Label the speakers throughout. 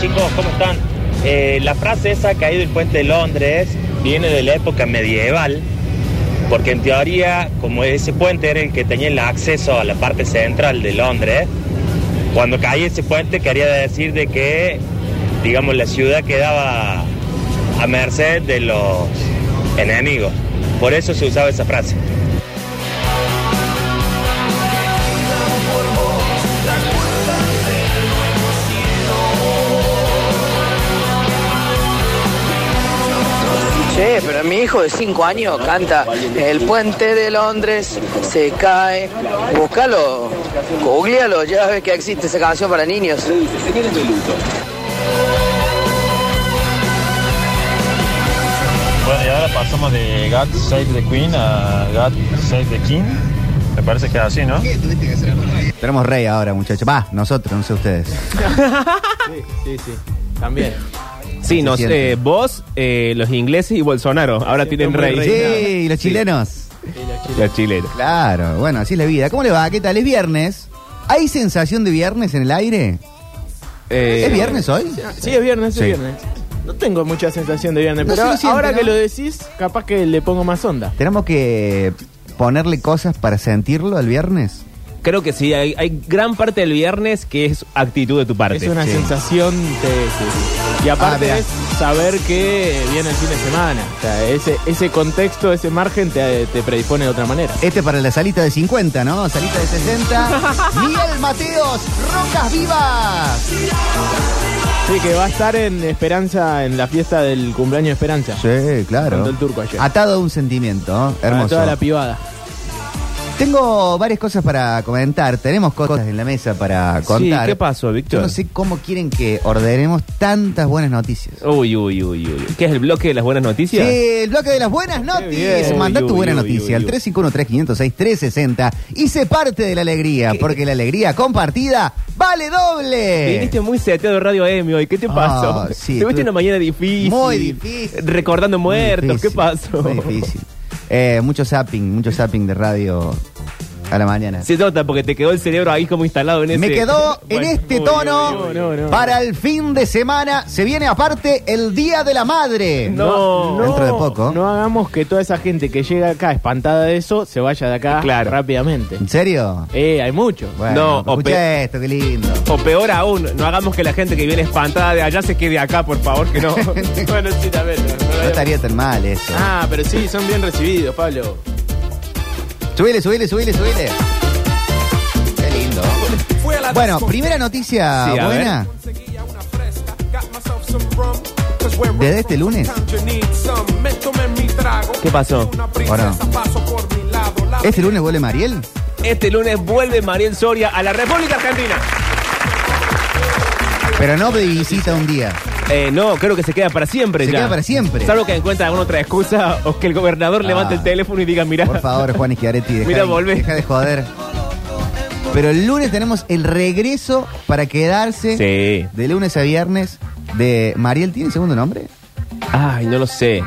Speaker 1: chicos, ¿cómo están? Eh, la frase esa caído el puente de Londres viene de la época medieval, porque en teoría, como ese puente era el que tenía el acceso a la parte central de Londres, cuando caía ese puente quería decir de que, digamos, la ciudad quedaba a merced de los enemigos. Por eso se usaba esa frase.
Speaker 2: Che, pero mi hijo de 5 años canta El puente de Londres se cae. Búscalo, googlealo, ya ves que existe esa canción para niños.
Speaker 3: Bueno, y ahora pasamos de God Save the Queen a God Save the King. Me parece que es así, ¿no?
Speaker 4: Tenemos rey ahora, muchachos. Va, nosotros, no sé ustedes.
Speaker 5: Sí, sí, también.
Speaker 6: Sí, no
Speaker 4: siente.
Speaker 6: sé, vos, eh, los ingleses y Bolsonaro. Ahora tienen
Speaker 5: muy
Speaker 6: rey.
Speaker 4: Sí, y los chilenos.
Speaker 6: La chilena.
Speaker 4: Claro, bueno, así es la vida. ¿Cómo le va? ¿Qué tal? Es viernes. ¿Hay sensación de viernes en el aire?
Speaker 6: Eh,
Speaker 4: ¿Es viernes hoy?
Speaker 5: Sí, es viernes, es
Speaker 4: Sí.
Speaker 5: Este viernes. No tengo mucha sensación de viernes,
Speaker 4: No
Speaker 5: pero
Speaker 4: se lo siente,
Speaker 5: ahora
Speaker 4: ¿no?
Speaker 5: que lo decís, capaz que le pongo más onda.
Speaker 4: ¿Tenemos que ponerle cosas para sentirlo el viernes?
Speaker 6: Creo que sí, hay, hay gran parte del viernes que es actitud de tu parte.
Speaker 5: Es una
Speaker 4: sí. Ah,
Speaker 5: sensación de... sí, sí. Y aparte
Speaker 4: mirá.
Speaker 5: es saber que viene el fin de semana. O sea, ese, ese contexto, ese margen te, te predispone de otra manera.
Speaker 4: Este para la salita de 50, ¿no? Salita de 60. Miguel Mateos, Rocas Vivas.
Speaker 5: Sí, que va a estar en Esperanza, en la fiesta del cumpleaños de Esperanza.
Speaker 4: Sí, claro.
Speaker 5: Cantó el turco ayer.
Speaker 4: Atado a un sentimiento, ¿no?
Speaker 5: Para
Speaker 4: hermoso.
Speaker 5: Toda la pibada.
Speaker 4: Tengo varias cosas para comentar. Tenemos cosas en la mesa para contar.
Speaker 6: Sí, ¿qué pasó,
Speaker 4: Yo
Speaker 6: Víctor?
Speaker 4: no sé cómo quieren que ordenemos tantas buenas noticias.
Speaker 6: Uy, uy, uy, uy. ¿Qué es el bloque de las buenas
Speaker 4: Sí,
Speaker 6: noticias?
Speaker 4: el bloque de las buenas noticias.
Speaker 6: ah. bien.
Speaker 4: Manda
Speaker 6: Uy,
Speaker 4: tu
Speaker 6: uy,
Speaker 4: buena
Speaker 6: uy,
Speaker 4: noticia
Speaker 6: uy,
Speaker 4: al
Speaker 6: uy.
Speaker 4: 351-356-360 y sé parte de la alegría, porque la alegría compartida vale doble.
Speaker 6: Viniste muy seteado de Radio M hoy. ¿Qué te
Speaker 4: Ah,
Speaker 6: pasó?
Speaker 4: sí,
Speaker 6: Tuviste
Speaker 4: estuve-
Speaker 6: una mañana difícil.
Speaker 4: Muy difícil.
Speaker 6: Recordando
Speaker 4: Muy
Speaker 6: muertos.
Speaker 4: difícil,
Speaker 6: ¿Qué pasó?
Speaker 4: Muy difícil. Eh, mucho zapping, mucho zapping de radio a la mañana.
Speaker 6: Se nota porque te quedó el cerebro ahí como instalado en ese.
Speaker 4: Me quedó en
Speaker 6: Bueno,
Speaker 4: este
Speaker 6: uy,
Speaker 4: tono
Speaker 6: uy, uy, uy.
Speaker 5: no, no.
Speaker 4: para el fin de semana. Se viene aparte el Día de la Madre.
Speaker 6: No.
Speaker 4: Dentro de poco.
Speaker 5: No hagamos que toda esa gente que llega acá espantada de eso se vaya de acá
Speaker 6: Claro.
Speaker 5: rápidamente.
Speaker 4: ¿En serio?
Speaker 5: Eh, hay mucho.
Speaker 4: Bueno,
Speaker 6: No,
Speaker 4: escucha esto, qué lindo.
Speaker 6: O peor aún, no hagamos que la gente que viene espantada de allá se quede acá, por favor, que no.
Speaker 5: bueno, sí, también. no, no lo
Speaker 4: No
Speaker 5: había-
Speaker 4: estaría tan mal eso.
Speaker 5: Ah, pero sí, son bien recibidos, Pablo.
Speaker 4: Subile, subile, subile, subile. Qué lindo. Bueno, primera noticia
Speaker 6: Sí, a
Speaker 4: buena.
Speaker 7: Desde este lunes.
Speaker 6: ¿Qué pasó?
Speaker 4: Ahora. ¿Este lunes vuelve Mariel?
Speaker 6: Este lunes vuelve Mariel Soria a la República Argentina.
Speaker 4: Pero no de visita un día.
Speaker 6: Eh, no, creo que se queda para siempre
Speaker 4: Se
Speaker 6: ya.
Speaker 4: queda para siempre.
Speaker 6: Salvo que encuentre alguna otra excusa o que el gobernador
Speaker 4: Ah.
Speaker 6: levante el teléfono y diga, mira.
Speaker 4: Por favor, Juan Ischiaretti, deja,
Speaker 6: Mira,
Speaker 4: de-
Speaker 6: volvé.
Speaker 4: deja de joder. Pero el lunes tenemos el regreso para quedarse
Speaker 6: Sí.
Speaker 4: de lunes a viernes de Mariel. ¿Tiene segundo nombre?
Speaker 6: Ay, no lo sé.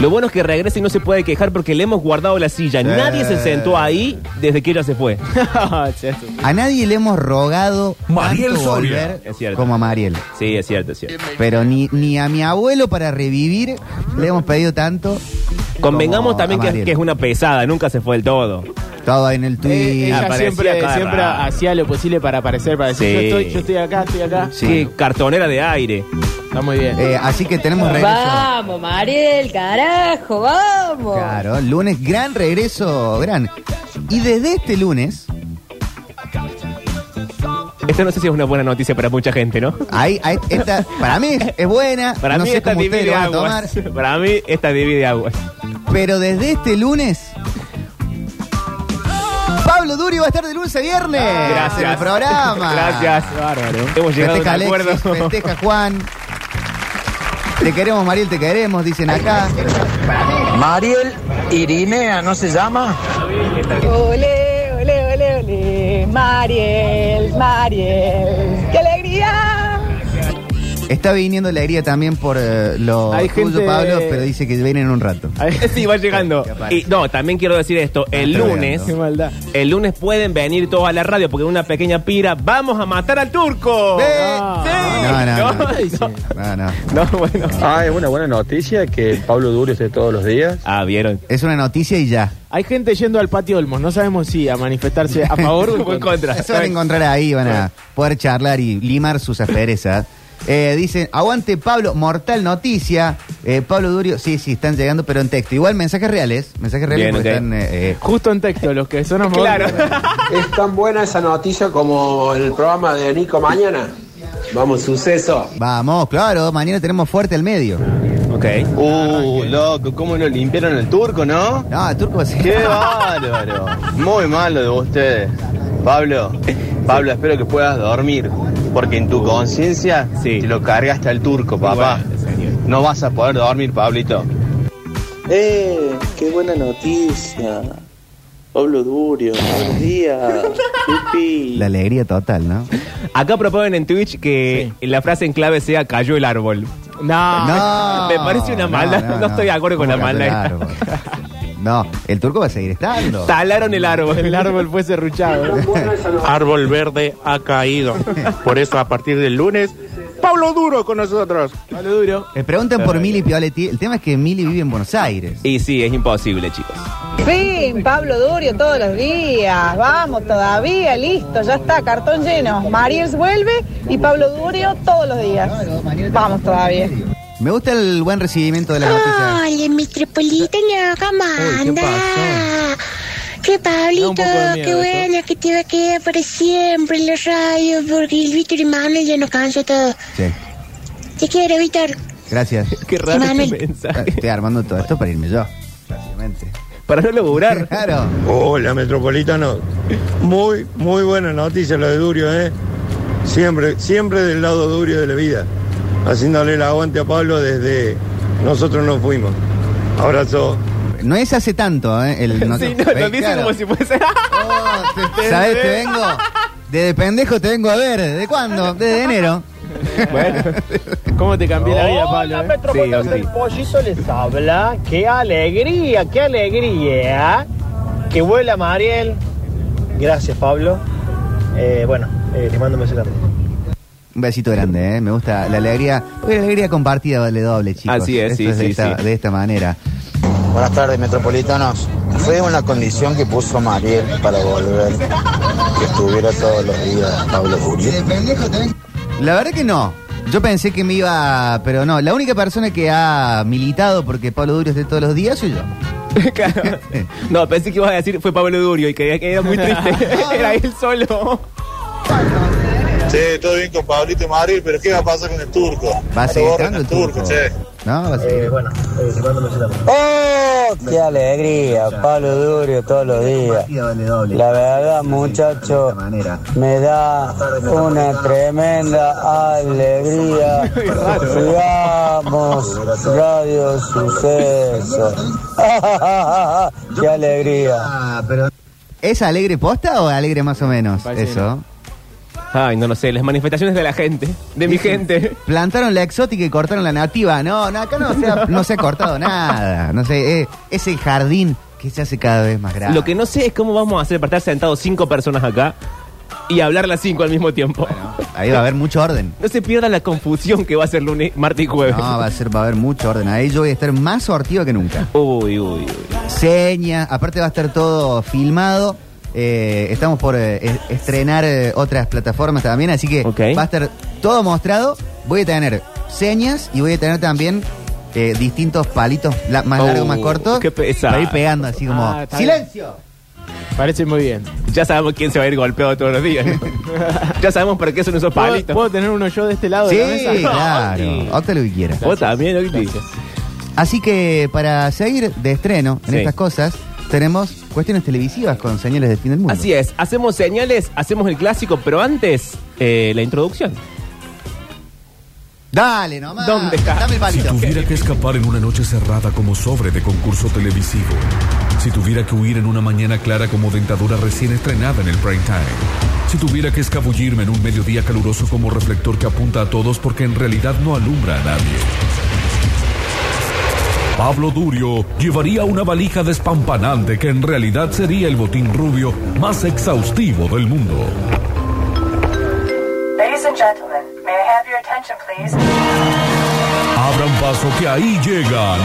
Speaker 6: Lo bueno es que regresa y no se puede quejar porque le hemos guardado la silla. Nadie se sentó ahí desde que ella se fue.
Speaker 5: Sí, eso sí.
Speaker 4: A nadie le hemos rogado
Speaker 7: Mariel
Speaker 4: tanto
Speaker 7: Soria.
Speaker 4: volver
Speaker 6: Es cierto.
Speaker 4: como a Mariel.
Speaker 6: Sí, es cierto, es cierto.
Speaker 4: Pero ni, ni a mi abuelo para revivir le hemos pedido tanto.
Speaker 6: Convengamos
Speaker 4: como
Speaker 6: también
Speaker 4: a
Speaker 6: que,
Speaker 4: Mariel.
Speaker 6: que es una pesada, nunca se fue del todo.
Speaker 4: Todo en el
Speaker 5: Eh,
Speaker 4: tweet.
Speaker 5: ella
Speaker 6: aparecía
Speaker 5: siempre,
Speaker 6: cada
Speaker 5: siempre
Speaker 6: rato.
Speaker 5: hacía lo posible para aparecer, para decir,
Speaker 6: Sí.
Speaker 5: yo, estoy, yo estoy acá, estoy acá.
Speaker 4: Sí.
Speaker 6: Qué cartonera de aire.
Speaker 5: Está muy bien.
Speaker 4: Eh, así que tenemos regreso.
Speaker 8: Vamos, Mariel, carajo, vamos.
Speaker 4: Claro, lunes, gran regreso, gran. Y desde este lunes,
Speaker 6: Esto no sé si es una buena noticia para mucha gente, ¿no?
Speaker 4: ahí, ahí- esta, para mí es, es buena.
Speaker 6: Para
Speaker 4: no
Speaker 6: mí
Speaker 4: sé
Speaker 6: esta
Speaker 4: cómo ustedes
Speaker 6: divide
Speaker 4: lo van a
Speaker 6: aguas. Para mí esta divide aguas.
Speaker 4: tomar, Pero desde este lunes. Pablo Duri va a estar de lunes a viernes.
Speaker 6: Ah, Gracias.
Speaker 4: En el programa.
Speaker 5: Ah.
Speaker 6: Gracias.
Speaker 5: Bárbaro.
Speaker 6: Hemos llegado
Speaker 4: Festeja
Speaker 6: a un acuerdo.
Speaker 4: Alexis, festeja Juan. Te queremos, Mariel, te queremos, dicen acá.
Speaker 2: Mariel Irinea, ¿no se llama?
Speaker 8: Ole, ole, ole, ole. Mariel, Mariel. ¡Qué alegría!
Speaker 4: Está viniendo la alegría también por eh, lo
Speaker 5: Hay
Speaker 4: tuyo,
Speaker 5: gente-
Speaker 4: Pablo, pero dice que viene en un rato.
Speaker 6: Sí, va llegando.
Speaker 4: Capaz.
Speaker 6: Y no, también quiero decir esto. El
Speaker 4: está bien,
Speaker 6: lunes,
Speaker 4: ¿no?
Speaker 5: Qué maldad.
Speaker 6: el lunes pueden venir todos a la radio porque en una pequeña pira vamos a matar al turco.
Speaker 4: Eh,
Speaker 6: Sí.
Speaker 4: No, no, no.
Speaker 6: Ay, sí.
Speaker 4: No, no.
Speaker 6: No, bueno.
Speaker 3: Ah, es una buena noticia que Pablo Durio esté todos los días.
Speaker 6: Ah, vieron.
Speaker 4: Es una noticia y ya.
Speaker 5: Hay gente yendo al patio Olmos, no sabemos si a manifestarse a favor o en contra.
Speaker 4: Se van a encontrar ahí, van a poder charlar y limar sus asperezas. Eh, dicen, aguante Pablo, mortal noticia. Eh, Pablo Durio, sí, sí, están llegando, pero en texto. Igual mensajes reales, mensajes reales
Speaker 6: Bien,
Speaker 4: porque
Speaker 6: ok.
Speaker 4: están... eh, eh,
Speaker 5: Justo en texto, los que son a favor.
Speaker 6: Claro.
Speaker 9: ¿Es tan buena esa noticia como el programa de Nico mañana? Vamos, suceso.
Speaker 4: vamos, claro, mañana tenemos fuerte al medio.
Speaker 6: Ok.
Speaker 3: Uh, loco, cómo no limpiaron el turco, ¿no?
Speaker 4: No, el turco va a ser-
Speaker 3: Qué bárbaro. Muy malo de ustedes. Pablo, Pablo, espero que puedas dormir. Porque en tu conciencia
Speaker 6: Sí.
Speaker 3: te lo cargaste al turco, papá.
Speaker 6: Bueno, señor.
Speaker 3: No vas a poder dormir, Pablito.
Speaker 10: ¡Eh! ¡Qué buena noticia! Pablo Durio, buenos días. Yupi.
Speaker 4: La alegría total, ¿no?
Speaker 6: Acá proponen en Twitch que la frase en clave sea cayó el árbol.
Speaker 5: No.
Speaker 4: No,
Speaker 6: Ah, me parece una
Speaker 4: no,
Speaker 6: maldad. No estoy de acuerdo con
Speaker 4: ¿Cómo
Speaker 6: la
Speaker 4: cayó el
Speaker 6: maldad?
Speaker 4: árbol? No, el turco va a seguir estando.
Speaker 6: Talaron el árbol.
Speaker 5: El árbol fue serruchado.
Speaker 10: Árbol verde ha caído. Por eso, a partir del lunes, Pablo Duro con nosotros.
Speaker 5: Pablo duro.
Speaker 4: Me preguntan Eh, por Mili Pioletti. El tema es que Mili vive en Buenos Aires.
Speaker 6: Y sí, es imposible, chicos.
Speaker 8: Fin, Pablo Durio todos los días. Vamos, todavía, listo, ya está, cartón lleno. Mariels vuelve y Pablo Durio todos los días. Vamos todavía.
Speaker 4: Me gusta el buen recibimiento de las noticias.
Speaker 8: Ay, en mi tripolitana, acá
Speaker 4: Uy, ¿qué pasó?
Speaker 8: Que
Speaker 5: Da un
Speaker 8: Pablito,
Speaker 5: poco de miedo
Speaker 8: qué
Speaker 5: eso.
Speaker 8: bueno que te va a quedar para siempre en la radio, porque el Víctor y Manuel ya nos cansa todo.
Speaker 4: Sí,
Speaker 8: Te quiero, Víctor.
Speaker 4: gracias.
Speaker 6: Qué raro ese
Speaker 8: Manuel.
Speaker 6: mensaje.
Speaker 4: Estoy armando todo esto para irme yo. básicamente.
Speaker 6: Para no laburar.
Speaker 4: Claro.
Speaker 10: Hola, metropolitano. Muy, muy buena noticia lo de Durio, ¿eh? Siempre, siempre del lado Durio de la vida. Haciéndole el aguante a Pablo desde nosotros nos fuimos. Abrazo.
Speaker 4: No es hace tanto, ¿eh? El no-
Speaker 6: Sí, no,
Speaker 4: Eh,
Speaker 6: lo dicen
Speaker 4: claro.
Speaker 6: como si fuese.
Speaker 4: Oh, te- ¿Sabes? Te vengo. De pendejo te vengo a ver. ¿Desde cuándo? Desde enero.
Speaker 5: Bueno. ¿Cómo te cambié la vida, Pablo? eh?
Speaker 6: Metropolitano, Sí, sí. el
Speaker 10: pollito les habla. ¡Qué alegría, qué alegría! Que vuela Mariel. Gracias, Pablo. bueno, te mando un beso grande.
Speaker 4: Un besito grande, ¿eh? Me gusta la alegría. Porque la alegría compartida vale doble, chicos.
Speaker 6: Así es,
Speaker 4: Esto
Speaker 6: sí,
Speaker 4: de
Speaker 6: sí,
Speaker 4: esta-
Speaker 6: sí.
Speaker 4: De esta manera.
Speaker 10: Buenas tardes, metropolitanos. Fue una condición que puso Mariel para volver, que estuviera todos los días Pablo Durio.
Speaker 4: La verdad que no. Yo pensé que me iba. Pero no. La única persona que ha militado porque Pablo Duro esté todos los días soy yo.
Speaker 6: Claro. No, pensé que ibas a decir fue Pablo Durio y que que era muy triste. Era él solo.
Speaker 10: Che, todo bien con Pablito y Mariel, pero ¿qué va a pasar con el turco?
Speaker 4: Va a
Speaker 10: No
Speaker 4: seguir
Speaker 10: borren
Speaker 4: estando el turco. No, va a seguir.
Speaker 10: bueno,
Speaker 4: eh,
Speaker 10: te mando un beso grande.
Speaker 9: ¡Oh! ¡Qué alegría! Pablo Durio todos los días.
Speaker 4: Vale doble.
Speaker 9: La verdad, muchacho, me da una tremenda alegría. Vamos, Radio Suceso. ¡Qué alegría!
Speaker 4: Ah, ¿Es alegre posta o alegre más o menos?
Speaker 5: Parece
Speaker 4: Eso.
Speaker 6: Ay, no lo sé, las manifestaciones de la gente, de mi gente.
Speaker 4: Plantaron la exótica y cortaron la nativa. No, no acá no se ha, no se ha cortado nada. No sé, eh, es el jardín que se hace cada vez más grande.
Speaker 6: Lo que no sé es cómo vamos a hacer para estar sentados cinco personas acá y hablar las cinco al mismo tiempo.
Speaker 4: Ahí va a haber mucho orden.
Speaker 6: No se pierda la confusión que va a ser lunes, martes y jueves.
Speaker 4: No, va a, ser, va a haber mucho orden. Ahí yo voy a estar más sortido que nunca.
Speaker 6: Uy, uy, uy.
Speaker 4: Señas, aparte va a estar todo filmado. Eh, estamos por eh, es- estrenar eh, otras plataformas también, así que
Speaker 6: Ok.
Speaker 4: va a estar todo mostrado. Voy a tener señas y voy a tener también eh, distintos palitos la- más
Speaker 6: Oh,
Speaker 4: largos, más cortos.
Speaker 6: qué pesado.
Speaker 4: Para ir pegando así como.
Speaker 5: Ah, está bien.
Speaker 4: ¡Silencio!
Speaker 5: Parece muy bien.
Speaker 6: Ya sabemos quién se va a ir golpeado todos los días. ¿no? ya sabemos para qué son esos
Speaker 5: ¿Puedo,
Speaker 6: palitos.
Speaker 5: puedo tener uno yo de este lado de la mesa?
Speaker 4: Sí,
Speaker 6: Octi.
Speaker 4: claro. Octa lo que quiera.
Speaker 6: Vos también, Octi.
Speaker 4: Así que para seguir de estreno en
Speaker 6: Sí.
Speaker 4: estas cosas, tenemos cuestiones televisivas con señales de fin del mundo.
Speaker 6: Así es, hacemos señales, hacemos el clásico, pero antes, eh, la introducción.
Speaker 4: Dale, nomás. ¿Dónde
Speaker 11: está?
Speaker 4: Dame el palito.
Speaker 11: Si tuviera que escapar en una noche cerrada como sobre de concurso televisivo. Si tuviera que huir en una mañana clara como dentadura recién estrenada en el prime time. Si tuviera que escabullirme en un mediodía caluroso como reflector que apunta a todos porque en realidad no alumbra a nadie. Pablo Durio llevaría una valija despampanante que en realidad sería el botín rubio más exhaustivo del mundo.
Speaker 12: Ladies and gentlemen, may I have your attention, please?
Speaker 11: Abran paso que ahí llegan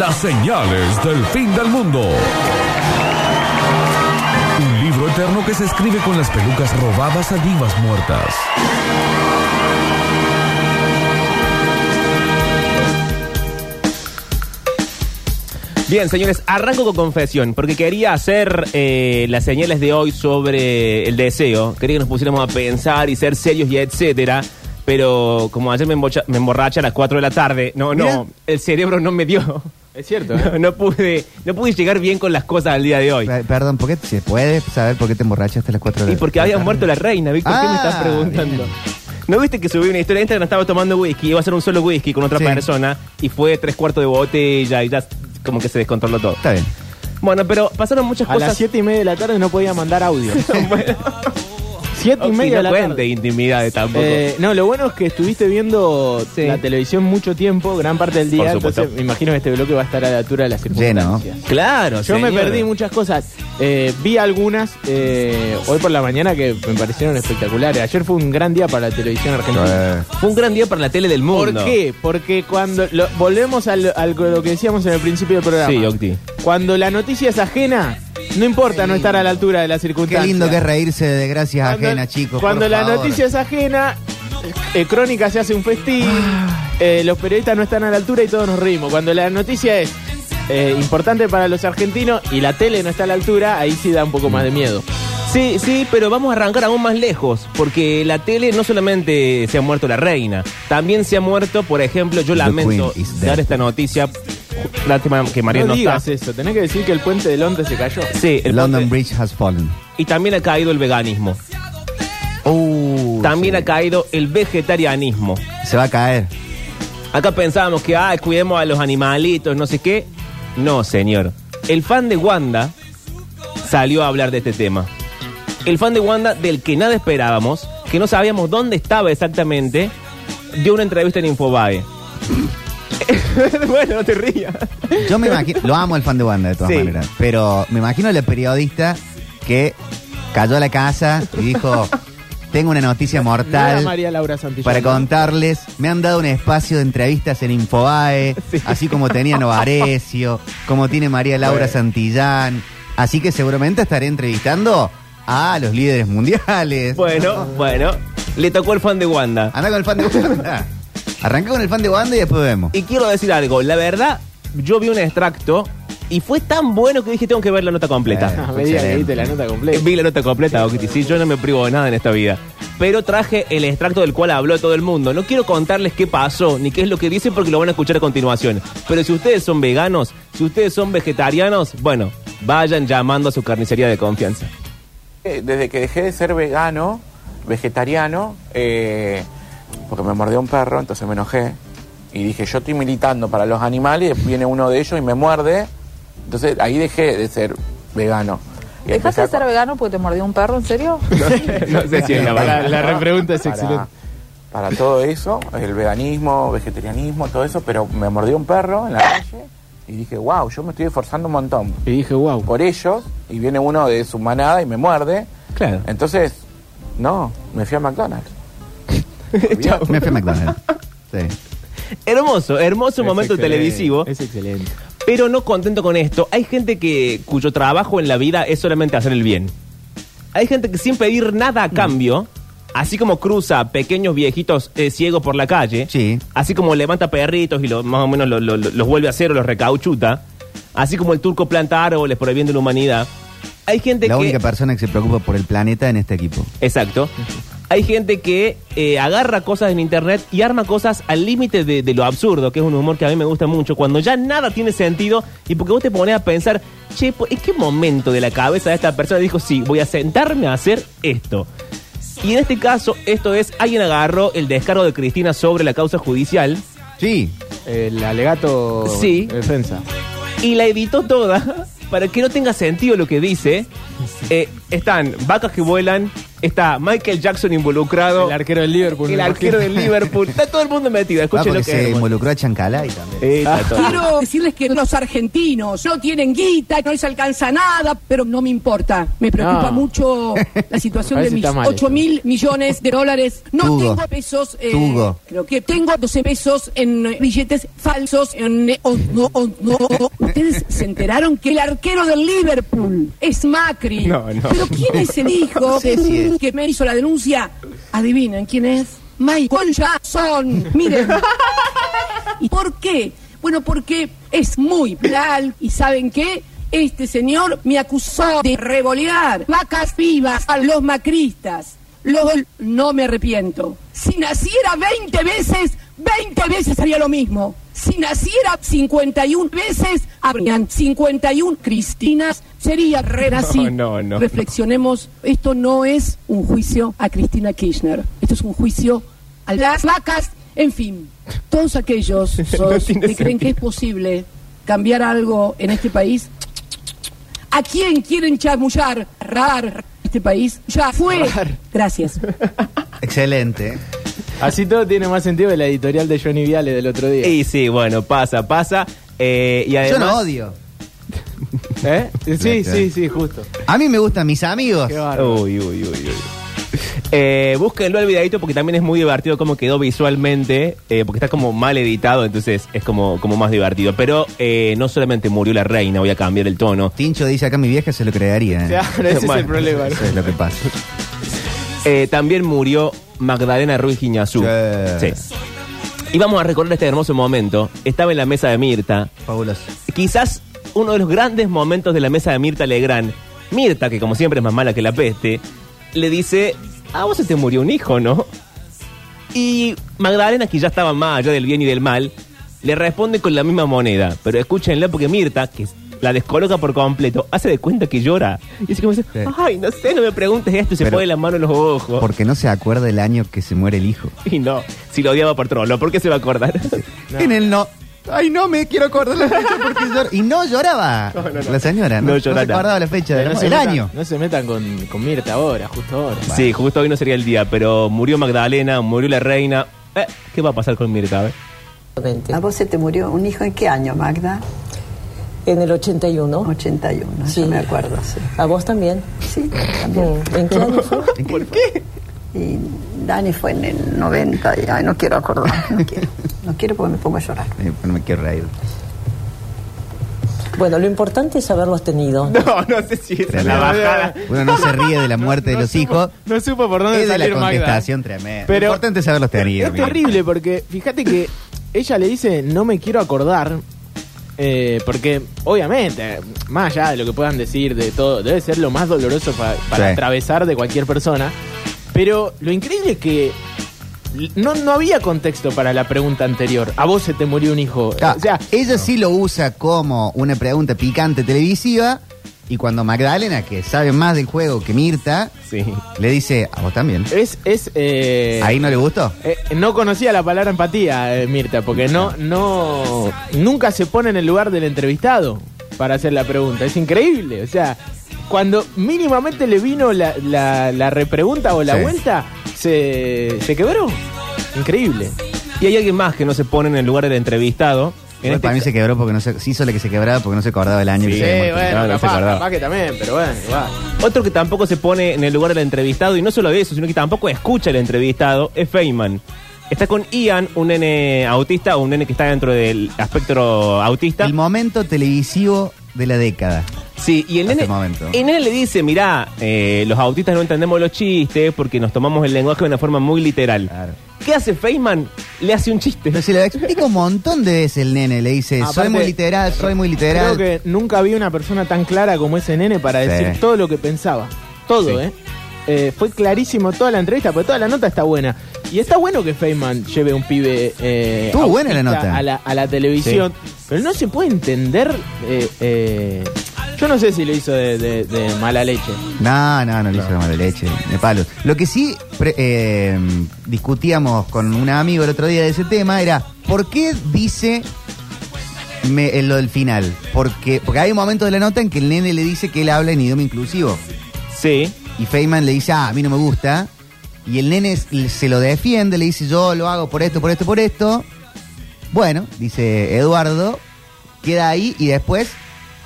Speaker 11: las señales del fin del mundo. Un libro eterno que se escribe con las pelucas robadas a divas muertas.
Speaker 6: Bien, señores, arranco con confesión, porque quería hacer eh, las señales de hoy sobre el deseo. Quería que nos pusiéramos a pensar y ser serios y etcétera. Pero como ayer me, embocha- me emborracha a las 4 de la tarde, no, no,
Speaker 5: Mira.
Speaker 6: el cerebro no me dio.
Speaker 5: Es cierto. ¿eh?
Speaker 6: No, no pude, no pude llegar bien con las cosas al día de hoy.
Speaker 4: Pe- Perdón, ¿por qué se puede saber por qué te emborrachaste a las 4 de
Speaker 6: Y
Speaker 4: la
Speaker 6: porque había muerto la reina, Víctor,
Speaker 4: Ah,
Speaker 6: ¿qué me estás preguntando? ¿No viste que subí una historia de Instagram? Estaba tomando whisky, iba a hacer un solo whisky con otra
Speaker 4: Sí.
Speaker 6: persona y fue tres cuartos de botella y ya como que se descontroló todo.
Speaker 4: Está bien.
Speaker 6: Bueno, pero pasaron muchas
Speaker 5: A
Speaker 6: cosas.
Speaker 5: las 7 y media de la tarde no podía mandar audio.
Speaker 6: Siete
Speaker 5: y media de
Speaker 6: no
Speaker 5: la
Speaker 6: cuente
Speaker 5: tarde.
Speaker 6: intimidades tampoco.
Speaker 5: Eh, no, lo bueno es que estuviste viendo la televisión mucho tiempo, gran parte del día.
Speaker 6: Por supuesto.
Speaker 5: Entonces, me imagino que este bloque va a estar a la altura de las circunstancias.
Speaker 6: Claro,
Speaker 5: Yo
Speaker 6: señora.
Speaker 5: me perdí muchas cosas. Eh, vi algunas eh, hoy por la mañana que me parecieron espectaculares. Ayer fue un gran día para la televisión argentina.
Speaker 6: Fue un gran día para la tele del mundo.
Speaker 5: ¿Por qué? Porque cuando. lo- volvemos al- al- a lo que decíamos en el principio del programa.
Speaker 6: Sí, Octi.
Speaker 5: Cuando la noticia es ajena, no importa no estar a la altura de las
Speaker 4: Qué
Speaker 5: circunstancias.
Speaker 4: lindo que es reírse de gracias ajenas, chicos.
Speaker 5: Cuando
Speaker 4: por
Speaker 5: la
Speaker 4: favor.
Speaker 5: noticia es ajena, eh, Crónica se hace un festín,
Speaker 4: Ah.
Speaker 5: eh, los periodistas no están a la altura y todos nos reímos. Cuando la noticia es eh, importante para los argentinos y la tele no está a la altura, ahí sí da un poco más de miedo.
Speaker 6: Sí, sí, pero vamos a arrancar aún más lejos, porque la tele no solamente se ha muerto la reina, también se ha muerto, por ejemplo, yo lamento
Speaker 5: queen is dead.
Speaker 6: dar esta noticia, lástima que María
Speaker 5: no,
Speaker 6: no, está.
Speaker 5: digas eso, tenés que decir que el puente de Londres se cayó.
Speaker 6: Sí, el
Speaker 4: London Bridge has fallen.
Speaker 6: Y también ha caído el veganismo.
Speaker 5: Uh,
Speaker 6: también ha caído el vegetarianismo.
Speaker 4: Se va a caer.
Speaker 6: Acá pensábamos que, ah, cuidemos a los animalitos, no sé qué. No, señor. El fan de Wanda salió a hablar de este tema. El fan de Wanda, del que nada esperábamos, que no sabíamos dónde estaba exactamente, dio una entrevista en Infobae. bueno, no te rías.
Speaker 4: Yo me imagino, lo amo el fan de Wanda de todas
Speaker 6: Sí.
Speaker 4: maneras, pero me imagino la periodista que cayó a la casa y dijo, tengo una noticia
Speaker 5: No era
Speaker 4: mortal
Speaker 5: María Laura Santillán.
Speaker 4: para contarles, me han dado un espacio de entrevistas en Infobae, así como tenía Novarecio, como tiene María Laura Santillán, así que seguramente estaré entrevistando a los líderes mundiales.
Speaker 6: Bueno, bueno, le tocó el fan de Wanda.
Speaker 4: Anda con el fan de Wanda. Arranca con el fan de Wanda y después vemos.
Speaker 6: Y quiero decir algo, la verdad, yo vi un extracto y fue tan bueno que dije, tengo que ver la nota completa.
Speaker 5: Ah, me diga que viste la nota completa.
Speaker 6: Vi la nota completa, Octi. Sí, yo no me privo de nada en esta vida. Pero traje el extracto del cual habló todo el mundo. No quiero contarles qué pasó ni qué es lo que dice porque lo van a escuchar a continuación. Pero si ustedes son veganos, si ustedes son vegetarianos, bueno, vayan llamando a su carnicería de confianza.
Speaker 13: Eh, Desde que dejé de ser vegano, vegetariano, eh, porque me mordió un perro, entonces me enojé y dije, yo estoy militando para los animales, viene uno de ellos y me muerde, entonces ahí dejé de ser vegano. Y
Speaker 8: ¿Dejaste
Speaker 13: empecé
Speaker 8: de
Speaker 13: a
Speaker 8: ser vegano porque te mordió un perro, en serio?
Speaker 6: No sé si es la
Speaker 5: La- la repregunta es
Speaker 13: Para-
Speaker 5: excelente.
Speaker 13: Para todo eso, el veganismo, vegetarianismo, todo eso, pero me mordió un perro en la calle y dije, wow, yo me estoy esforzando un montón.
Speaker 5: Y dije, wow.
Speaker 13: Por ellos, y viene uno de su manada y me muerde.
Speaker 6: Claro.
Speaker 13: Entonces, no, me fui a McDonald's.
Speaker 4: Me fui a McDonald's. Sí.
Speaker 6: Hermoso, hermoso
Speaker 5: Es
Speaker 6: momento
Speaker 5: excelente,
Speaker 6: televisivo.
Speaker 5: Es excelente.
Speaker 6: Pero no contento con esto, hay gente que cuyo trabajo en la vida es solamente hacer el bien. Hay gente que sin pedir nada
Speaker 4: Mm.
Speaker 6: a cambio, así como cruza pequeños viejitos eh, ciegos por la calle, así como levanta perritos y lo- más o menos lo- lo- lo- los vuelve a cero, los recauchuta, así como el turco planta árboles por el bien de la humanidad. Hay gente
Speaker 4: La
Speaker 6: que
Speaker 4: única persona que se preocupa por el planeta en este equipo.
Speaker 6: Exacto. Hay gente que eh, agarra cosas en internet y arma cosas al límite de, de lo absurdo, que es un humor que a mí me gusta mucho, cuando ya nada tiene sentido y porque vos te pones a pensar, che, po- ¿en qué momento de la cabeza de esta persona dijo, sí, voy a sentarme a hacer esto? Y en este caso, esto es, alguien agarró el descargo de Cristina sobre la causa judicial.
Speaker 4: Sí.
Speaker 5: El alegato
Speaker 6: Sí.
Speaker 5: de defensa.
Speaker 6: y la editó toda para que no tenga sentido lo que dice. Eh, están vacas que vuelan, está Michael Jackson involucrado. El
Speaker 5: arquero del Liverpool.
Speaker 6: El
Speaker 5: me
Speaker 6: arquero del
Speaker 5: imagino.
Speaker 6: Liverpool. Está todo el mundo metido.
Speaker 4: Ah,
Speaker 6: Escuchen
Speaker 4: porque
Speaker 6: lo
Speaker 4: se
Speaker 6: que es.
Speaker 4: involucró a Chancalay también.
Speaker 6: Eh, está todo bien.
Speaker 14: Quiero decirles que los argentinos no tienen guita, no les alcanza nada, pero no me importa. Me preocupa
Speaker 5: No.
Speaker 14: mucho Oh, la situación de
Speaker 5: Parece
Speaker 14: mis
Speaker 5: está mal
Speaker 14: 8 mil millones de dólares. No
Speaker 4: Tugo.
Speaker 14: tengo pesos. eh,
Speaker 4: Tugo.
Speaker 14: creo que tengo 12 pesos en eh, billetes falsos. en, eh, oh, no, oh, no. Ustedes se enteraron que el arquero del Liverpool es Macri.
Speaker 6: No, no.
Speaker 14: Pero ¿quién es el hijo
Speaker 4: No sé si es.
Speaker 14: que me hizo la denuncia? Adivinen quién es. Michael Jackson. Miren. ¿Y por qué? Bueno, porque es muy plural. ¿Y saben qué? Este señor me acusó de revolear vacas vivas a los macristas. Luego no me arrepiento. Si naciera 20 veces, 20 veces haría lo mismo. Si naciera 51 veces, habrían 51 Cristinas. Sería renacido.
Speaker 6: No, no, no.
Speaker 14: Reflexionemos, esto no es un juicio a Cristina Kirchner. Esto es un juicio a las vacas. En fin, todos aquellos sos que
Speaker 6: tiene
Speaker 14: creen que es posible cambiar algo en este país, ¿a quién quieren chamullar, rar este país? Ya fue. Gracias.
Speaker 4: Excelente.
Speaker 5: Así todo tiene más sentido que la editorial de Johnny Viale del otro día.
Speaker 6: Y sí, bueno, pasa, pasa. Eh, y
Speaker 4: Yo
Speaker 6: además,
Speaker 4: no odio.
Speaker 5: ¿Eh? Sí, sí, sí, justo.
Speaker 4: A mí me gustan mis amigos.
Speaker 5: Qué bárbaro.
Speaker 6: Uy, uy, uy, uy. Eh, búsquenlo el videito porque también es muy divertido como quedó visualmente, eh, porque está como mal editado, entonces es como, como más divertido. Pero eh, no solamente murió la reina, voy a cambiar el tono.
Speaker 4: Tincho dice acá mi vieja se lo crearía. ¿eh?
Speaker 5: Claro, ese es el
Speaker 6: Bueno,
Speaker 5: problema. ¿no?
Speaker 4: Eso es lo que pasa.
Speaker 6: Eh, también murió Magdalena Ruiz Giñazú.
Speaker 4: Sí.
Speaker 6: Sí. Y vamos a recordar este hermoso momento. Estaba en la mesa de Mirta.
Speaker 4: Fabuloso.
Speaker 6: Quizás uno de los grandes momentos de la mesa de Mirta Legrand. Mirta, que como siempre es más mala que la peste, le dice, a vos se te murió un hijo, ¿no? Y Magdalena, que ya estaba más allá del bien y del mal, le responde con la misma moneda. Pero escúchenla porque Mirta, que la descoloca por completo, hace de cuenta que llora. Y así como dice,
Speaker 4: Sí.
Speaker 6: ay, no sé, no me preguntes esto, y se
Speaker 4: Pero-
Speaker 6: pone la mano en los ojos.
Speaker 4: Porque no se acuerda el año que se muere el hijo.
Speaker 6: Y no, si lo odiaba por trolo, ¿por qué se va a acordar?
Speaker 4: En el no. Ay, no me quiero acordar la fecha porque lloro. Y no lloraba la señora. No,
Speaker 6: No
Speaker 4: se
Speaker 6: lloraba.
Speaker 4: acordaba la fecha,
Speaker 5: Pero
Speaker 4: del
Speaker 5: no se
Speaker 4: el
Speaker 5: metan-
Speaker 4: año.
Speaker 5: No se metan con, con Mirta ahora, justo ahora.
Speaker 6: Sí, justo hoy no sería el día, pero murió Magdalena, murió la reina. Eh, ¿Qué va a pasar con Mirta? A ver.
Speaker 15: ¿A vos se te murió un hijo en qué año, Magda? En el 81. 81, sí. me acuerdo, sí. ¿A vos también? Sí, también. ¿En qué año fue?
Speaker 4: ¿Por qué?
Speaker 15: Y Dani fue en el 90 y ay, no quiero acordar, no quiero. No quiero porque me pongo a llorar.
Speaker 4: Eh, No me quiero reír.
Speaker 16: Bueno, lo importante es haberlos tenido.
Speaker 6: No, no sé si es
Speaker 4: Tremendo. Uno no se ríe de la muerte de los hijos.
Speaker 5: No supo por dónde
Speaker 4: es de la
Speaker 5: salir Magda.
Speaker 4: contestación tremenda.
Speaker 5: Pero-
Speaker 4: Lo importante es saberlos tener.
Speaker 5: Es terrible porque fíjate que ella le dice no me quiero acordar eh, porque obviamente más allá de lo que puedan decir de todo debe ser lo más doloroso pa- para
Speaker 4: Sí.
Speaker 5: atravesar de cualquier persona pero lo increíble es que no, no había contexto para la pregunta anterior a vos se te murió un hijo
Speaker 4: Ah.
Speaker 5: o sea
Speaker 4: ella sí lo usa como una pregunta picante televisiva. Y cuando Magdalena, que sabe más del juego que Mirta,
Speaker 6: Sí.
Speaker 4: le dice, a vos también.
Speaker 5: es es eh,
Speaker 4: ¿Ahí no le gustó?
Speaker 5: Eh, no conocía la palabra empatía, eh, Mirta, porque no, no, nunca se pone en el lugar del entrevistado para hacer la pregunta. Es increíble. O sea, cuando mínimamente le vino la, la- la repregunta o la
Speaker 4: Sí.
Speaker 5: vuelta, se, se quebró. Increíble.
Speaker 6: Y hay alguien más que no se pone en el lugar del entrevistado. En
Speaker 4: Igual
Speaker 6: este
Speaker 4: para mí se quebró porque no se, se hizo la que se quebraba porque no se acordaba el año que
Speaker 5: Sí,
Speaker 4: se había muerto.
Speaker 5: bueno,
Speaker 6: no, no se
Speaker 5: capaz,
Speaker 6: acordaba.
Speaker 5: capaz que también, pero bueno, igual.
Speaker 6: ca- Otro que tampoco se pone en el lugar del entrevistado, y no solo eso, sino que tampoco escucha al entrevistado, es Feynman. Está con Ian, un nene autista, o un nene que está dentro del espectro autista.
Speaker 4: El momento televisivo de la década.
Speaker 6: Sí, y el
Speaker 4: Hasta
Speaker 6: nene,
Speaker 4: el momento.
Speaker 6: el nene le dice, mirá, eh, los autistas no entendemos los chistes porque nos tomamos el lenguaje de una forma muy literal.
Speaker 4: Claro.
Speaker 6: ¿Qué hace Feynman? Le hace un chiste.
Speaker 4: Pero se lo explica un montón de veces el nene. Le dice, soy
Speaker 5: Aparte,
Speaker 4: muy literal, soy muy
Speaker 5: Creo
Speaker 4: literal.
Speaker 5: que nunca vi una persona tan clara como ese nene para
Speaker 4: Sí.
Speaker 5: decir todo lo que pensaba. Todo,
Speaker 6: Sí.
Speaker 5: ¿eh? Eh, Fue clarísimo toda la entrevista, porque toda la nota está buena. Y está bueno que Feynman lleve un pibe. Eh,
Speaker 4: Estuvo buena la
Speaker 5: autista
Speaker 4: nota.
Speaker 5: A la, a la televisión. Pero no se puede entender eh, eh, Yo no sé si lo hizo de, de- de mala leche.
Speaker 4: No, no, no le hizo de mala leche, de palos. Lo que sí pre- eh, discutíamos con un amigo el otro día de ese tema era ¿por qué dice me- eh, lo del final? Porque, porque hay un momento de la nota en que el nene le dice que él habla en idioma inclusivo.
Speaker 6: Sí.
Speaker 4: Y Feynman le dice, ah, a mí no me gusta. Y el nene s- se lo defiende, le dice, yo lo hago por esto, por esto, por esto. Bueno, dice Eduardo, queda ahí y después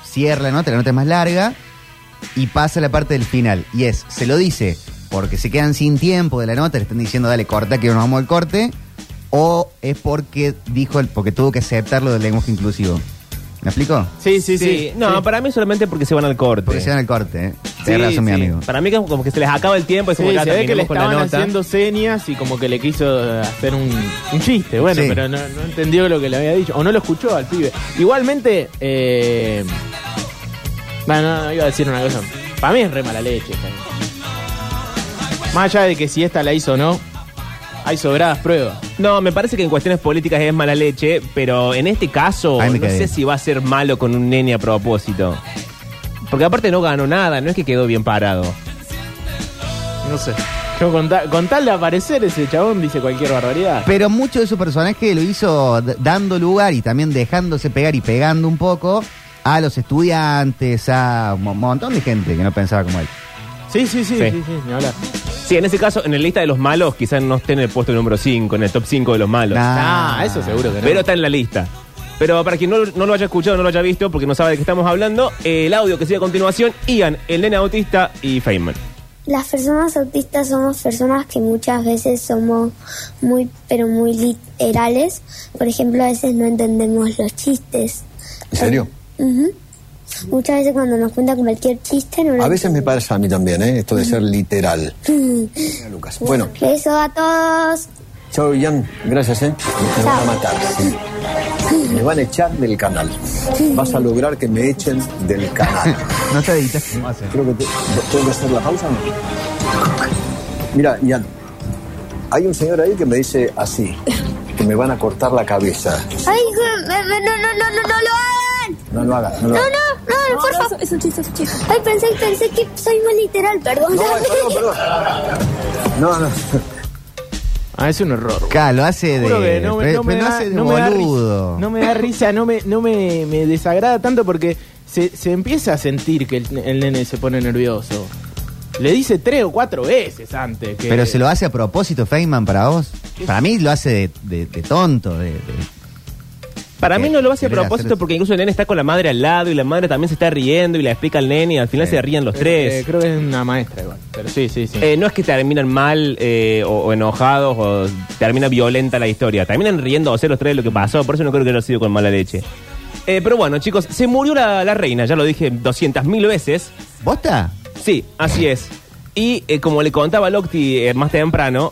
Speaker 4: cierra la nota, la nota es más larga y pasa la parte del final. Y es, se lo dice porque se quedan sin tiempo de la nota, le están diciendo, dale, corta, que nos vamos al corte, o es porque dijo, el, porque tuvo que aceptar lo del lenguaje inclusivo. ¿Me explico?
Speaker 5: Sí, sí,
Speaker 6: No, para mí solamente porque se van al corte. Porque se
Speaker 4: van al corte, ¿eh? Tenés razón, mi amigo.
Speaker 6: Para mí que como que se les acaba el tiempo y se
Speaker 5: Sí,
Speaker 6: ya
Speaker 5: se ve que le
Speaker 6: terminamos con la
Speaker 5: estaban
Speaker 6: nota.
Speaker 5: haciendo señas y como que le quiso hacer un, un chiste, bueno,
Speaker 6: Sí.
Speaker 5: pero no, no entendió lo que le había dicho, o no lo escuchó al pibe. Igualmente, eh, bueno, no, no, iba a decir una cosa, para mí es re mala leche. esta. Más allá de que si esta la hizo o no, hay sobradas pruebas.
Speaker 6: No, me parece que en cuestiones políticas es mala leche, pero en este caso
Speaker 5: Ahí
Speaker 6: no
Speaker 5: me quedé.
Speaker 6: sé si va a ser malo con un nene a propósito. Porque aparte no ganó nada, no es que quedó bien parado.
Speaker 5: No sé. Yo con, ta- con tal de aparecer ese chabón dice cualquier barbaridad.
Speaker 4: Pero mucho de su personaje lo hizo d- dando lugar y también dejándose pegar y pegando un poco a los estudiantes, a un mo- montón de gente que no pensaba como él.
Speaker 5: Sí, sí, sí,
Speaker 6: Sí.
Speaker 5: sí, sí, ni hablar.
Speaker 6: Sí, en ese caso, en la lista de los malos, quizás no esté en el puesto número 5, en el top 5 de los malos.
Speaker 5: Nah. Nah, Ah, eso seguro que no.
Speaker 6: Pero está en la lista. Pero para quien no, no lo haya escuchado, no lo haya visto, porque no sabe de qué estamos hablando, eh, el audio que sigue a continuación, Ian, el nene autista y Feynman.
Speaker 17: Las personas autistas somos personas que muchas veces somos muy, pero muy literales. Por ejemplo, a veces no entendemos los chistes.
Speaker 18: ¿En serio?
Speaker 17: Ujú. Muchas veces cuando nos cuentan cualquier chiste no lo
Speaker 18: A veces me pasa a mí también, ¿eh? Esto de ser literal.
Speaker 17: entendemos.
Speaker 18: Lucas. Bueno,
Speaker 17: Beso a todos.
Speaker 18: chao, Ian. Gracias, ¿eh? Me van a matar, sí. Me van a echar del canal. Vas a lograr que me echen del canal.
Speaker 4: no te editas.
Speaker 18: Creo que te- tengo que hacer la pausa. o no? Mira, Ian, hay un señor ahí que me dice así, que me van a cortar la cabeza.
Speaker 17: Ay, hijo, me- me- no, no, no, no, no lo hagan.
Speaker 18: No lo hagas, no
Speaker 17: No,
Speaker 18: lo
Speaker 17: no,
Speaker 18: hagas.
Speaker 17: no, por favor. Es un chiste, es un chiste. Ay, pensé, pensé que soy muy literal, perdón.
Speaker 18: No, no.
Speaker 5: Ah, es un error.
Speaker 4: Claro, lo hace de.
Speaker 5: Juro que no, me-
Speaker 4: pero-
Speaker 5: no me
Speaker 4: pero lo
Speaker 5: da-
Speaker 4: hace de
Speaker 5: no me da
Speaker 4: boludo.
Speaker 5: risa, no me da risa, no me, no me, me desagrada tanto porque se, se empieza a sentir que el, el nene se pone nervioso. Le dice tres o cuatro veces antes. Que,
Speaker 4: Pero se lo hace a propósito, Feynman, para vos. Para mí lo hace de, de- de tonto. de- de-
Speaker 6: Para mí no lo hace a
Speaker 4: Querer
Speaker 6: propósito
Speaker 4: hacer-
Speaker 6: porque incluso el nene está con la madre al lado y la madre también se está riendo y le explica al nene y al final se ríen los
Speaker 5: Eh,
Speaker 6: tres.
Speaker 5: eh, creo que es una maestra igual. Pero sí, sí, sí.
Speaker 6: Eh, no es que terminan mal eh, o, o enojados o termina violenta la historia. Terminan riéndose los tres de lo que pasó. Por eso no creo que haya sido con mala leche. Eh, pero bueno, chicos, se murió la, la reina. Ya lo dije 200.000 veces.
Speaker 4: ¿Bosta?
Speaker 6: Sí, así es. Y eh, como le contaba Locti eh, más temprano,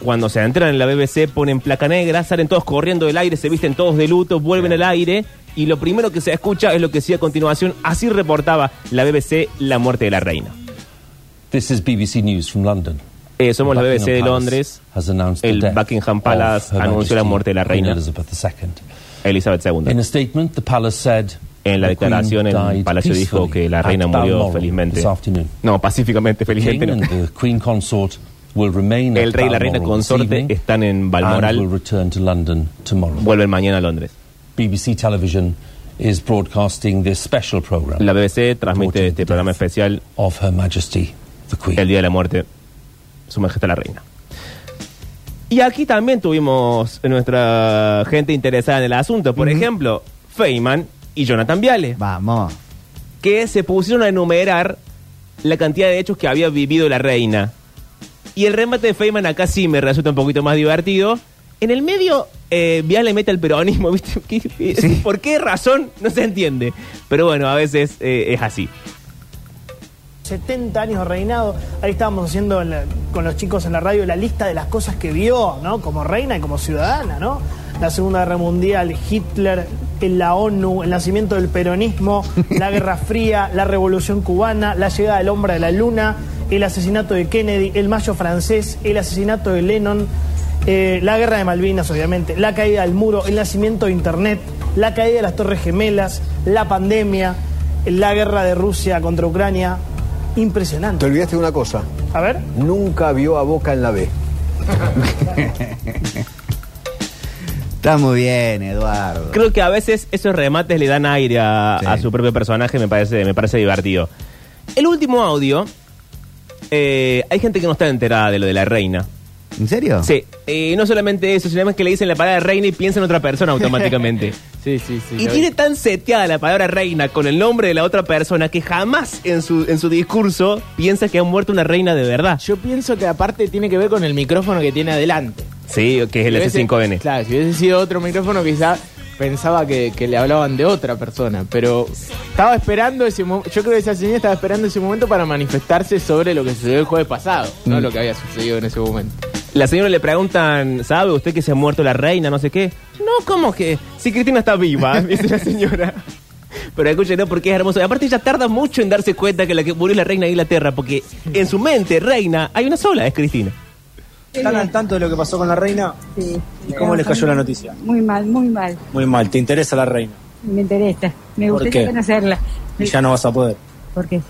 Speaker 6: cuando se entran en la BBC ponen placa negra, salen todos corriendo del aire, se visten todos de luto, vuelven al aire y lo primero que se escucha es lo que sigue a continuación. Así reportaba la BBC la muerte de la reina.
Speaker 19: This is BBC News from London.
Speaker 6: Eh, somos la
Speaker 19: Buckingham
Speaker 6: BBC de
Speaker 19: Palace
Speaker 6: Londres.
Speaker 19: has announced the
Speaker 6: El
Speaker 19: death
Speaker 6: Buckingham
Speaker 19: of
Speaker 6: Palace
Speaker 19: Her
Speaker 6: anunció la
Speaker 19: Majesty
Speaker 6: muerte de la
Speaker 19: Queen
Speaker 6: reina.
Speaker 19: Elizabeth II.
Speaker 6: Elizabeth II.
Speaker 19: In a statement, the palace said,
Speaker 6: En la
Speaker 19: "The Queen
Speaker 6: declaración, el
Speaker 19: died
Speaker 6: palacio dijo
Speaker 19: peacefully
Speaker 6: que la
Speaker 19: at
Speaker 6: reina murió
Speaker 19: Balmoral
Speaker 6: felizmente.
Speaker 19: this afternoon.
Speaker 6: No, pacíficamente,
Speaker 19: The
Speaker 6: felizmente
Speaker 19: King
Speaker 6: no.
Speaker 19: and the Queen consort will remain
Speaker 6: El
Speaker 19: at
Speaker 6: rey y la reina
Speaker 19: Balmoral this
Speaker 6: consorte
Speaker 19: evening
Speaker 6: están en
Speaker 19: and
Speaker 6: Balmoral.
Speaker 19: will return to London tomorrow.
Speaker 6: Vuelven mañana a Londres.
Speaker 19: BBC Television is broadcasting this special program.
Speaker 6: La BBC transmite este programa especial
Speaker 19: of Her Majesty the Queen.
Speaker 6: El día de la muerte, Su Majestad la Reina. Y aquí también tuvimos nuestra gente interesada en el asunto. Por ejemplo, Feynman y Jonathan Viale.
Speaker 4: Vamos.
Speaker 6: Que se pusieron a enumerar la cantidad de hechos que había vivido la reina. Y el remate de Feynman acá sí me resulta un poquito más divertido. En el medio, eh, Viale mete el peronismo, ¿viste? ¿Qué- ¿Por qué razón? No se entiende. Pero bueno, a veces eh, es así.
Speaker 20: 70 años de reinado. Ahí estábamos haciendo la- con los chicos en la radio la lista de las cosas que vio, ¿no? Como reina y como ciudadana, ¿no? La Segunda Guerra Mundial, Hitler, en la ONU, el nacimiento del peronismo, la Guerra Fría, la Revolución Cubana, la llegada del hombre a la luna, el asesinato de Kennedy, el Mayo francés, el asesinato de Lennon, eh, la Guerra de Malvinas, obviamente, la caída del muro, el nacimiento de Internet, la caída de las Torres Gemelas, la pandemia,
Speaker 21: la guerra de Rusia contra Ucrania. Impresionante.
Speaker 22: Te olvidaste de una cosa.
Speaker 21: A ver.
Speaker 22: Nunca vio a Boca en la B.
Speaker 4: Está muy bien, Eduardo.
Speaker 6: Creo que a veces esos remates le dan aire a, a su propio personaje, me parece, me parece divertido. El último audio, eh, hay gente que no está enterada de lo de la reina.
Speaker 4: ¿En serio?
Speaker 6: Sí, eh, no solamente eso, sino más que le dicen la palabra reina y piensa en otra persona automáticamente.
Speaker 5: Sí, sí, sí.
Speaker 6: y
Speaker 5: lo
Speaker 6: tiene tan seteada la palabra reina con el nombre de la otra persona que jamás en su, en su discurso piensa que ha muerto una reina de verdad.
Speaker 5: Yo pienso que aparte tiene que ver con el micrófono que tiene adelante.
Speaker 6: Sí, que es el
Speaker 5: Si hubiese-
Speaker 6: S5N.
Speaker 5: Claro, si hubiese sido otro micrófono quizá pensaba que, que le hablaban de otra persona, pero estaba esperando ese momento, yo creo que esa señora estaba esperando ese momento para manifestarse sobre lo que sucedió el jueves pasado, no lo que había sucedido en ese momento.
Speaker 6: La señora le preguntan, ¿sabe usted que se ha muerto la reina? No sé qué. No, ¿cómo que? Si Cristina está viva, dice la señora. Pero escuchen, no, porque es hermoso. Y aparte ella tarda mucho en darse cuenta que la que murió es la reina de Inglaterra, porque en su mente, reina, hay una sola, es Cristina.
Speaker 18: ¿Están al tanto de lo que pasó con la reina?
Speaker 8: Sí.
Speaker 18: ¿Y cómo les cayó la noticia?
Speaker 8: Muy mal, muy mal.
Speaker 18: Muy mal, ¿te interesa la reina?
Speaker 8: Me interesa. Me
Speaker 18: ¿Por
Speaker 8: gustaría
Speaker 18: qué?
Speaker 8: conocerla.
Speaker 18: Y ya no vas a poder.
Speaker 8: ¿Por qué?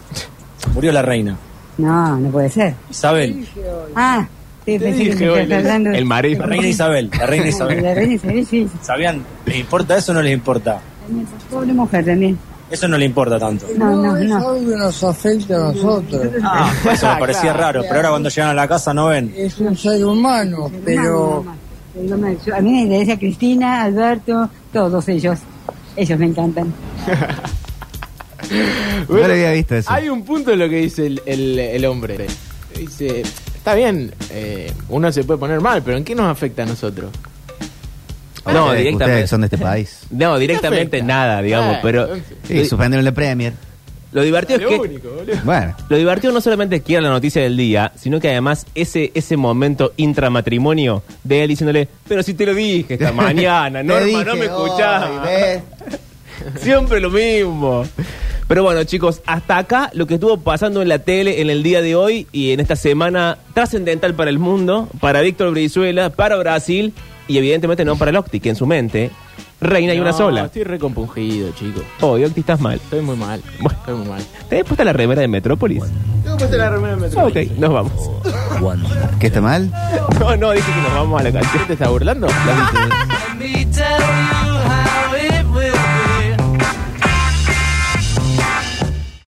Speaker 18: Murió la reina.
Speaker 8: No, no puede ser.
Speaker 18: Isabel.
Speaker 8: Ah, sí, pensé que me estabas hablando. de-
Speaker 18: La reina Isabel. La reina
Speaker 8: La
Speaker 18: Isabel.
Speaker 8: reina Isabel, sí.
Speaker 18: ¿Sabían? ¿Les importa eso o no les importa?
Speaker 8: Pobre mujer también.
Speaker 18: Eso no le importa tanto.
Speaker 8: No, no, no.
Speaker 23: algo que nos afecta a nosotros.
Speaker 18: Ah, eso me parecía raro, pero ahora cuando llegan a la casa no ven.
Speaker 8: Es un ser humano,
Speaker 23: pero-
Speaker 8: A mí me interesa Cristina, Alberto, todos ellos. Ellos me encantan.
Speaker 5: Bueno,
Speaker 4: había visto eso.
Speaker 5: Hay un punto en lo que dice el, el- el hombre. Dice, está bien, eh, uno se puede poner mal, pero ¿en qué nos afecta a nosotros?
Speaker 6: No,
Speaker 4: Ustedes-
Speaker 6: directamente.
Speaker 4: ustedes que son de este país.
Speaker 6: No, directamente nada, digamos,
Speaker 4: Ah,
Speaker 6: pero...
Speaker 4: Sí, suspendieron la Premier.
Speaker 6: Lo divertido es que...
Speaker 4: Bueno.
Speaker 6: Lo divertido no solamente es que era la noticia del día, sino que además ese, ese momento intramatrimonio de él diciéndole, pero si te lo dije esta mañana,
Speaker 4: Te
Speaker 6: Norma,
Speaker 4: dije
Speaker 6: no me
Speaker 4: hoy,
Speaker 6: escuchaba.
Speaker 4: ¿ves?
Speaker 6: Siempre lo mismo. Pero bueno, chicos, hasta acá lo que estuvo pasando en la tele en el día de hoy y en esta semana trascendental para el mundo, para Víctor Brizuela, para Brasil y evidentemente no para el Octi, que en su mente reina hay una
Speaker 5: No,
Speaker 6: sola.
Speaker 5: Estoy recompungido, chico.
Speaker 6: Oh, y Octi, estás mal.
Speaker 5: Estoy muy mal. Estoy muy mal.
Speaker 6: ¿Te has puesto la remera de Metrópolis?
Speaker 5: Tengo puesta la remera de
Speaker 6: Ok,
Speaker 5: Metrópolis.
Speaker 6: nos vamos.
Speaker 4: ¿Qué está mal?
Speaker 6: No, no, dije que nos vamos a la calle.
Speaker 5: ¿Te está burlando?